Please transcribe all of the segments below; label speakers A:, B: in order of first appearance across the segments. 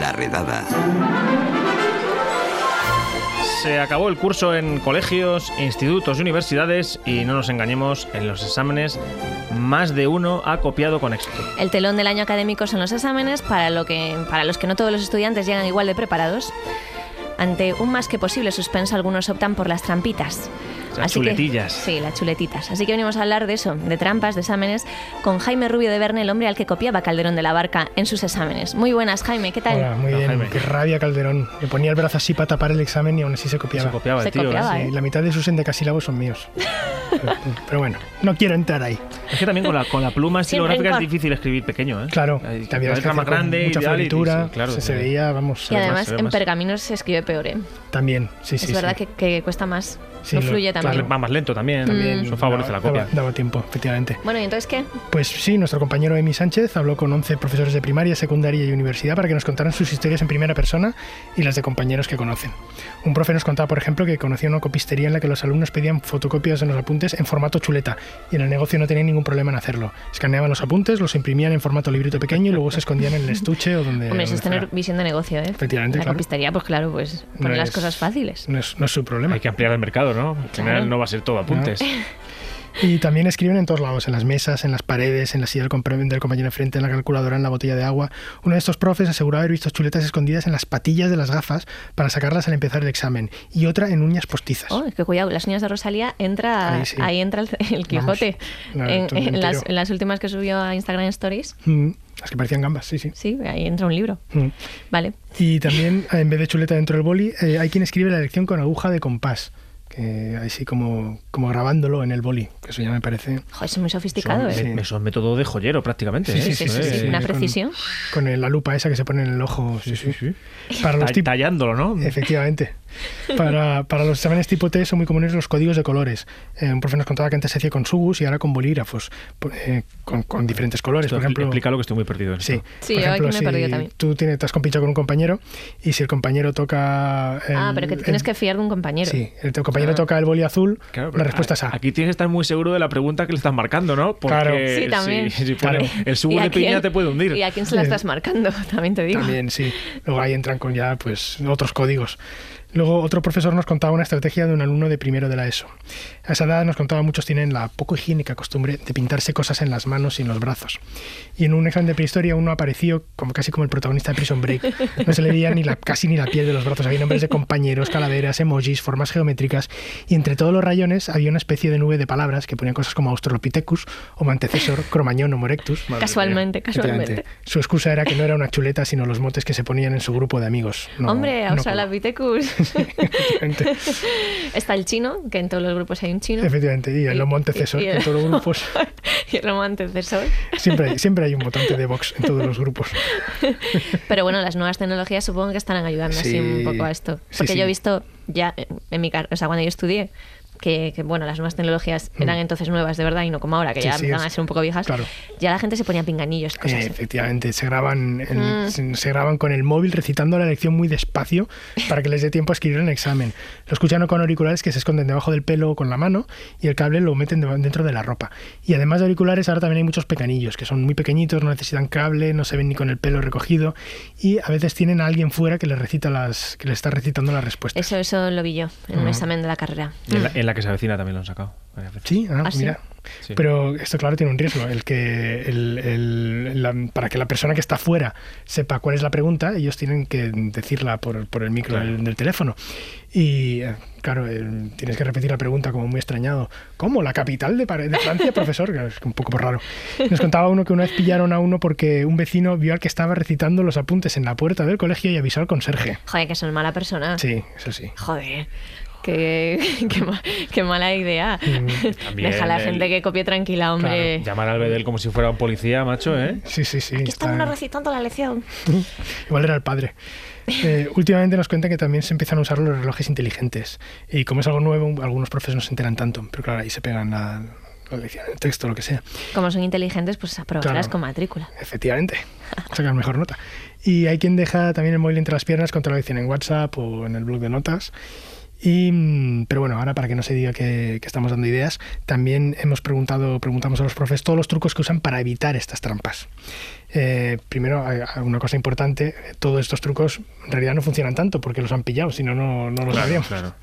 A: La redada.
B: Se acabó el curso en colegios, institutos y universidades y no nos engañemos, en los exámenes más de uno ha copiado con éxito.
C: El telón del año académico son los exámenes para, lo que, para los que no todos los estudiantes llegan igual de preparados. Ante un más que posible suspenso, algunos optan por las trampitas.
B: Las
C: que-
B: chuletillas.
C: sí, las chuletitas. Así que venimos a hablar de eso, de trampas, de exámenes, con Jaime Rubio de Verne, el hombre al que copiaba Calderón de la Barca en sus exámenes. Muy buenas, Jaime, ¿qué tal?
D: Hola, muy
B: Hola,
D: bien.
B: Jaime.
D: Qué rabia Calderón. Le ponía el brazo así para tapar el examen y aún así se
B: Se
D: copiaba.
B: copiaba
C: Se
B: el tío.
C: copiaba,
B: ¿eh?
C: ¿eh?
D: Sí, la mitad de sus endecasílabos son míos. pero, pero bueno, no quiero entrar ahí.
B: Es que también con la, con la pluma
C: Sin
B: estilográfica es
C: rencor.
B: difícil escribir pequeño, ¿eh?
D: Claro,
B: Hay-
D: te habías
B: la
D: que
B: letra
D: hacer
B: más
D: con
B: grande,
D: mucha
B: ideal y- sí,
D: floritura.
B: claro,
D: se,
B: sí.
D: se veía, vamos,
C: Y
B: además
C: además,
B: se ve
C: en
B: más.
C: pergaminos se escribe peor, ¿eh?
D: también. Sí, sí,
C: es
D: sí.
C: verdad que, que cuesta más,
D: Sí,
C: no
D: lo-
C: fluye
D: claro.
C: también.
B: Va más lento también.
D: También
B: Eso favorece la
D: daba-
B: copia.
D: Daba, daba tiempo, efectivamente.
C: Bueno, ¿y entonces qué?
D: Pues sí, nuestro compañero Emi Sánchez habló con 11 profesores de primaria, secundaria y universidad para que nos contaran sus historias en primera persona y las de compañeros que conocen. Un profe nos contaba, por ejemplo, que conocía una copistería en la que los alumnos pedían fotocopias de los apuntes en formato chuleta y en el negocio no tenían ningún problema en hacerlo. Escaneaban los apuntes, los imprimían en formato librito pequeño y luego se escondían en el estuche o donde...
C: Hombre, eso
D: donde
C: es tener
D: fuera.
C: visión de negocio, ¿eh?
D: Efectivamente,
C: La
D: claro.
C: copistería, pues claro, pues
D: No
C: poner las
D: es-
C: cosas fáciles.
D: No es, no es su problema.
B: Hay que ampliar el mercado, ¿no? En general no va a ser todo apuntes.
D: Y también escriben en todos lados, en las mesas, en las paredes, en la silla del, compa- del compañero de frente, en la calculadora, en la botella de agua. Uno de estos profes aseguraba haber visto chuletas escondidas en las patillas de las gafas para sacarlas al empezar el examen y otra en uñas postizas.
C: Oh, es que cuidado, las niñas de Rosalía entra ahí,
D: Ahí sí.
C: entra el, el Quijote
D: no,
C: en,
D: todo un
C: en las,
D: tiro.
C: en las últimas que subió a Instagram Stories.
D: Mm, las que parecían gambas, sí, sí.
C: Sí, ahí entra un libro.
D: Mm.
C: Vale.
D: Y también, en vez de chuleta dentro del boli, eh, hay quien escribe la lección con aguja de compás, que así como, como grabándolo en el boli, que eso ya me parece...
C: Jo, eso es muy sofisticado,
D: Son-
C: ¿eh?
D: sí.
B: Me- Eso es método de joyero prácticamente.
D: Sí,
B: ¿eh?
D: sí,
C: Sí,
B: Eso
C: sí,
B: es-
C: sí, una
D: con-
C: precisión.
D: Con el- la lupa esa que se pone en el ojo, sí, sí. Para
B: Ta-
D: los Eh, tipos...
B: Tallándolo, ¿no?
D: Efectivamente. Para, para los exámenes tipo T son muy comunes los códigos de colores. Eh, un profe nos contaba que antes se hacía con subus y ahora con bolígrafos, por- eh, con, con diferentes colores.
B: Esto
D: Por ejemplo,
B: explica lo que estoy muy perdido en
D: sí,
B: esto.
C: Sí,
D: por
C: yo aquí
D: ejemplo,
C: me he perdido
D: si
C: también.
D: tú tienes, te has compinchado con un compañero y si el compañero toca... el-
C: ah, pero que te tienes
D: el-
C: que fiar de un compañero.
D: Sí, el tu compañero
C: Ah.
D: toca el boli azul,
B: Claro, pero
D: la respuesta
B: a-
D: es A.
B: Aquí tienes que estar muy seguro de la pregunta que le estás marcando, ¿no? Porque
D: Claro.
C: Sí, también.
B: si- si
D: Claro.
B: pone El
C: ¿Y
B: subo
C: a
B: de piña
C: quién-
B: te puede hundir.
C: ¿Y a quién se la
D: Sí.
C: estás marcando? También te digo.
D: También, sí. Luego ahí entran con ya pues otros códigos. Luego otro profesor nos contaba una estrategia de un alumno de primero de la ESO. A esa edad nos contaba muchos tienen la poco higiénica costumbre de pintarse cosas en las manos y en los brazos. Y en un examen de prehistoria uno apareció como casi como el protagonista de Prison Break. No se le veía ni la, casi ni la piel de los brazos. Había nombres de compañeros, calaveras, emojis, formas geométricas. Y entre todos los rayones había una especie de nube de palabras que ponían cosas como Australopithecus, o antecesor, Cromañón o Morectus.
C: Casualmente, casualmente.
D: Efectivamente. Su excusa era que no era una chuleta, sino los motes que se ponían en su grupo de amigos. No-
C: Hombre,
D: no
C: Australopithecus.
D: coló. Efectivamente.
C: Está el chino, que en todos los grupos hay un chino.
D: Efectivamente, y en los Montecesor,
C: y- y-
D: en todos los grupos,
C: y el antecesor.
D: siempre hay, siempre hay un votante de Vox en todos los grupos.
C: Pero bueno, las nuevas tecnologías supongo que estarán ayudando así
D: Sí.
C: un poco a esto.
D: Sí,
C: Porque
D: sí.
C: yo he visto ya eh, en mi carrera, o sea, cuando yo estudié, que, que, bueno, las nuevas tecnologías eran entonces nuevas de verdad y no como ahora, que
D: Mm. Sí,
C: ya
D: sí,
C: van a
D: es-
C: ser un poco viejas.
D: claro.
C: Ya la gente se ponía pinganillos, y cosas Mm.
D: Eh,
C: así.
D: efectivamente, se graban, en- se, se graban con el móvil recitando la lección muy despacio para que les dé tiempo a escribir en el examen. Lo escuchan con auriculares que se esconden debajo del pelo o con la mano y el cable lo meten deba- dentro de la ropa. Y además de auriculares, ahora también hay muchos pequeñillos que son muy pequeñitos, no necesitan cable, no se ven ni con el pelo recogido y a veces tienen a alguien fuera que les recita las que les está recitando las respuestas.
C: Eso, eso lo vi yo en un
D: Ujú.
C: examen de la carrera.
B: Y En la, en la que se avecina también lo han sacado. Vale, perfecto.
D: Sí, ah,
C: ¿Ah, sí?
D: mira.
B: Sí.
D: Pero esto, claro, tiene un riesgo. El que el- el- la- para que la persona que está fuera sepa cuál es la pregunta, ellos tienen que decirla por, por el micro
B: Claro.
D: del, del teléfono. Y eh, claro, el- tienes que repetir la pregunta como muy extrañado. ¿Cómo? ¿La capital de, Par- de Francia, profesor? Claro, Es un poco raro. Nos contaba uno que una vez pillaron a uno porque un vecino vio al que estaba recitando los apuntes en la puerta del colegio y avisó al conserje.
C: Joder, que son mala persona.
D: Sí, eso sí.
C: Joder. Qué, qué ma- qué mala idea.
D: Mm,
B: También
C: Deja a la
B: el-
C: gente que copie tranquila, hombre.
B: Llamar al Bedel como si fuera un policía, macho, ¿eh?
D: Sí, sí, sí.
C: Aquí
D: está-
C: estamos recitando la lección.
D: Igual era el padre. Eh, últimamente nos cuentan que también se empiezan a usar los relojes inteligentes. Y como es algo nuevo, algunos profes no se enteran tanto. Pero claro, ahí se pegan la, la lección, el texto, lo que sea.
C: Como son inteligentes, pues aprobarás
D: Claro.
C: con matrícula.
D: Efectivamente, sacan mejor nota. Y hay quien deja también el móvil entre las piernas contra lo dicen en WhatsApp o en el blog de notas. Y, mm, pero bueno, ahora para que no se diga que, que estamos dando ideas, también hemos preguntado, preguntamos a los profes todos los trucos que usan para evitar estas trampas. Eh, primero, hay- hay una cosa importante, eh, todos estos trucos en realidad no funcionan tanto porque los han pillado, si no, no no
B: Claro,
D: los sabríamos.
B: claro.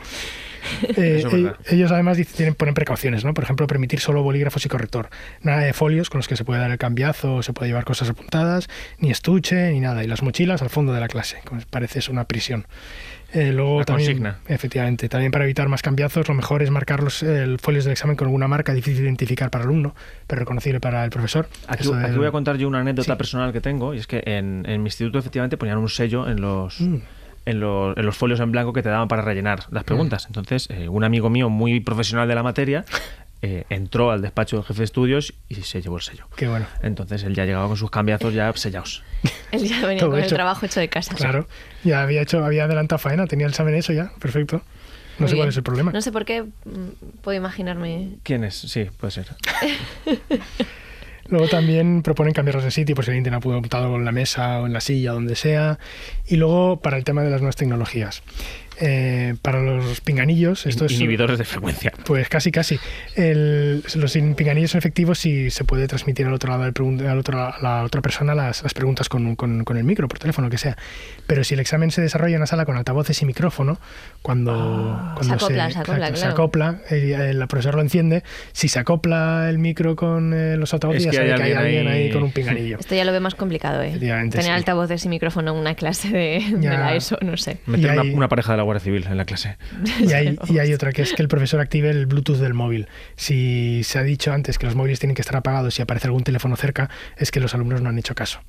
D: Eh,
B: Eso es verdad.
D: e- ellos además dicen- tienen, ponen precauciones, ¿no? Por ejemplo, permitir solo bolígrafos y corrector. Nada de folios con los que se puede dar el cambiazo, o se puede llevar cosas apuntadas, ni estuche, ni nada. Y las mochilas al fondo de la clase, como parece es una prisión. Eh, luego
B: La
D: también,
B: consigna.
D: Efectivamente. También para evitar más cambiazos, lo mejor es marcar los eh, folios del examen con alguna marca difícil de identificar para el alumno, pero reconocible para el profesor.
B: Aquí,
D: Eso del-
B: aquí voy a contar yo una anécdota
D: Sí.
B: personal que tengo, y es que en, en mi instituto efectivamente ponían un sello en los,
D: Mm.
B: en, los, en los folios en blanco que te daban para rellenar las
D: Mm.
B: preguntas. Entonces, eh, un amigo mío muy profesional de la materia eh, entró al despacho del jefe de estudios y se llevó el sello.
D: Qué bueno.
B: Entonces él ya llegaba con sus cambiazos ya sellados.
C: Él ya venía
D: Todo
C: con el
D: hecho.
C: trabajo hecho de casa.
D: Claro. Ya había hecho, había adelantado faena, tenía el examen hecho ya, perfecto. No
C: Muy
D: sé cuál
C: bien.
D: es el problema.
C: No sé por qué mm, puedo imaginarme.
B: ¿Quién es? Sí, puede ser.
D: Luego también proponen cambiarlos de sitio, por si alguien tiene apuntado en la mesa o en la silla, donde sea. Y luego para el tema de las nuevas tecnologías. Eh, para los pinganillos, esto es...
B: Inhibidores de frecuencia.
D: Pues casi, casi. El- los pinganillos son efectivos si se puede transmitir al otro lado del pregun- al otro- a la otra persona las, las preguntas con, con- con el micro, por teléfono, lo que sea. Pero si el examen se desarrolla en una sala con altavoces y micrófono, cuando, cuando
C: Ah, Se acopla, se acopla,
D: exacto, se
C: claro.
D: acopla, eh, el, profesor lo enciende, si se acopla el micro con eh, los altavoces,
B: Es
D: ya
B: que
D: sabe
B: hay
D: que hay
B: alguien
D: alguien ahí,
B: ahí.
D: con un pinganillo.
C: Esto ya lo veo más complicado, ¿eh? Tener
D: Efectivamente, sí.
C: altavoces y micrófono en una clase de, de
D: Ya.
C: la ESO, no sé.
B: Meter
D: Y
B: una,
D: ahí-
B: una pareja de la Guardia Civil en la clase.
D: Y hay, y hay otra que es que el profesor active el Bluetooth del móvil. Si se ha dicho antes que los móviles tienen que estar apagados y aparece algún teléfono cerca, es que los alumnos no han hecho caso.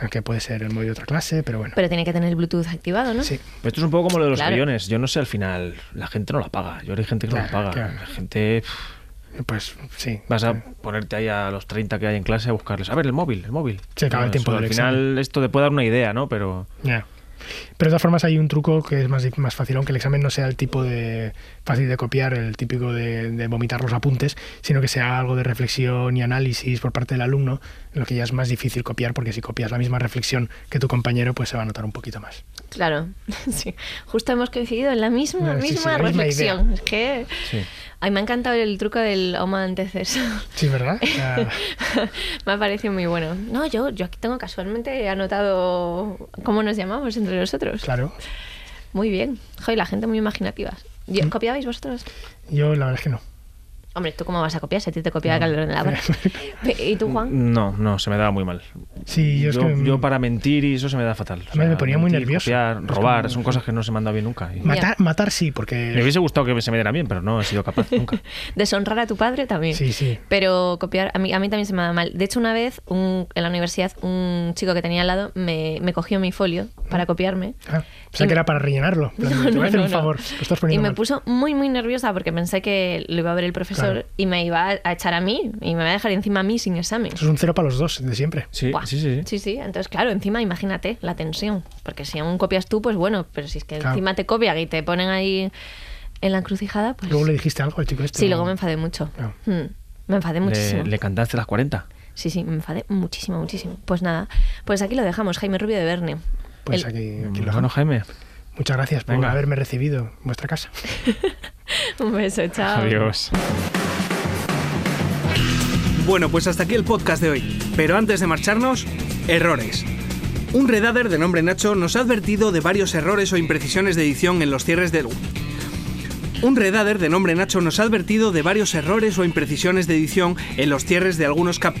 D: Aunque puede ser el móvil de otra clase, pero bueno.
C: Pero tiene que tener el Bluetooth activado, ¿no?
D: Sí,
B: Pero esto es un poco como lo de los
C: Claro.
B: aviones. Yo no sé, al final, la gente no la paga. Yo hay gente que no
D: Claro,
B: la paga.
D: claro.
B: La gente. pff,
D: pues sí.
B: Vas a ponerte ahí a los 30 que hay en clase a buscarles. A ver, el móvil, el móvil.
D: Se acaba el
B: Eso,
D: tiempo del
B: Al final esto te puede dar una idea, ¿no? Pero
D: Ya. Pero de todas formas hay un truco que es más, dif- más fácil, aunque el examen no sea el tipo de fácil de copiar, el típico de, de vomitar los apuntes, sino que sea algo de reflexión y análisis por parte del alumno, lo que ya es más difícil copiar, porque si copias la misma reflexión que tu compañero, pues se va a notar un poquito más.
C: Claro, sí. Justo hemos coincidido en la misma,
D: No, sí, sí,
C: misma
D: la misma
C: reflexión.
D: idea.
C: Es que.
B: sí.
C: Ay, me ha encantado el truco del Oma antecesor.
D: Sí, ¿verdad? O sea,
C: me ha parecido muy bueno. No, yo, yo aquí tengo casualmente anotado cómo nos llamamos entre nosotros.
D: claro.
C: Muy bien. Joder, la gente muy imaginativa. Yo-
D: ¿Mm?
C: ¿Copiabais vosotros?
D: Yo la verdad es que no.
C: Hombre, ¿tú cómo vas a copiar si a ti te copia Calderón de la Barra? ¿Y tú, Juan?
B: No, no, se me daba muy mal.
D: Sí,
B: Yo,
D: yo, es que... mm,
B: yo para mentir y eso se me da fatal.
D: Además, me ponía muy nervioso.
B: copiar,
D: Es
B: robar,
D: como-
B: son cosas que no se me han dado bien nunca. Y
D: Matar, matar sí, porque...
B: Me hubiese gustado que se me diera bien, pero no he sido capaz nunca.
C: Deshonrar a tu padre también.
D: Sí, sí.
C: Pero copiar, a mí, a mí también se me da mal. De hecho, una vez un- en la universidad, un chico que tenía al lado me, me cogió mi folio para copiarme.
D: Ah, o sea que era para rellenarlo. En plan,
C: No,
D: te voy
C: no,
D: a hacer
C: no,
D: un
C: no.
D: favor. Lo estás
C: Y
D: poniendo
C: me
D: mal.
C: puso muy, muy nerviosa porque pensé que lo iba a ver el profesor
D: Claro.
C: y me iba a echar a mí y me va a dejar encima a mí sin examen.
D: Eso es un cero para los dos, de siempre.
B: Sí,
C: Buah.
B: sí, sí, sí.
C: Sí, sí. Entonces, claro, encima imagínate la tensión. Porque si aún copias tú, pues bueno, pero si es que
D: Claro.
C: encima te copian y te ponen ahí en la encrucijada, pues...
D: Luego le dijiste algo al chico este.
C: Sí,
D: ¿no?
C: luego me enfadé mucho.
D: Claro.
C: Mm, Me enfadé
B: Ah. Le,
C: muchísimo.
B: le cantaste las 40.
C: Sí, sí, me enfadé muchísimo, muchísimo. Pues nada, pues aquí lo dejamos, Jaime Rubio de Verne.
D: Pues
C: El-
D: aquí, aquí lo
B: Bueno, Jaime.
D: Muchas gracias por
B: Mm, Venga.
D: haberme recibido en vuestra casa.
C: Un beso, chao.
B: Adiós.
A: Bueno, pues hasta aquí el podcast de hoy. Pero antes de marcharnos, errores. Un redader de nombre Nacho nos ha advertido de varios errores o imprecisiones de edición en los cierres del... Un redader de nombre Nacho nos ha advertido de varios errores o imprecisiones de edición en los cierres de algunos cap...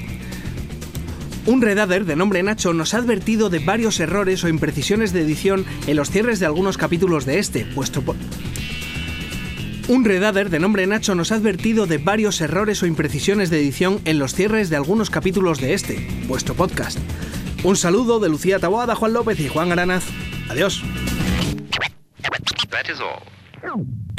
A: Un redader de nombre Nacho nos ha advertido de varios errores o imprecisiones de edición en los cierres de algunos capítulos de este, puesto por... Un redader de nombre Nacho nos ha advertido de varios errores o imprecisiones de edición en los cierres de algunos capítulos de este, vuestro podcast. Un saludo de Lucía Taboada, Juan López y Juan Aranaz. Adiós.
E: That is all.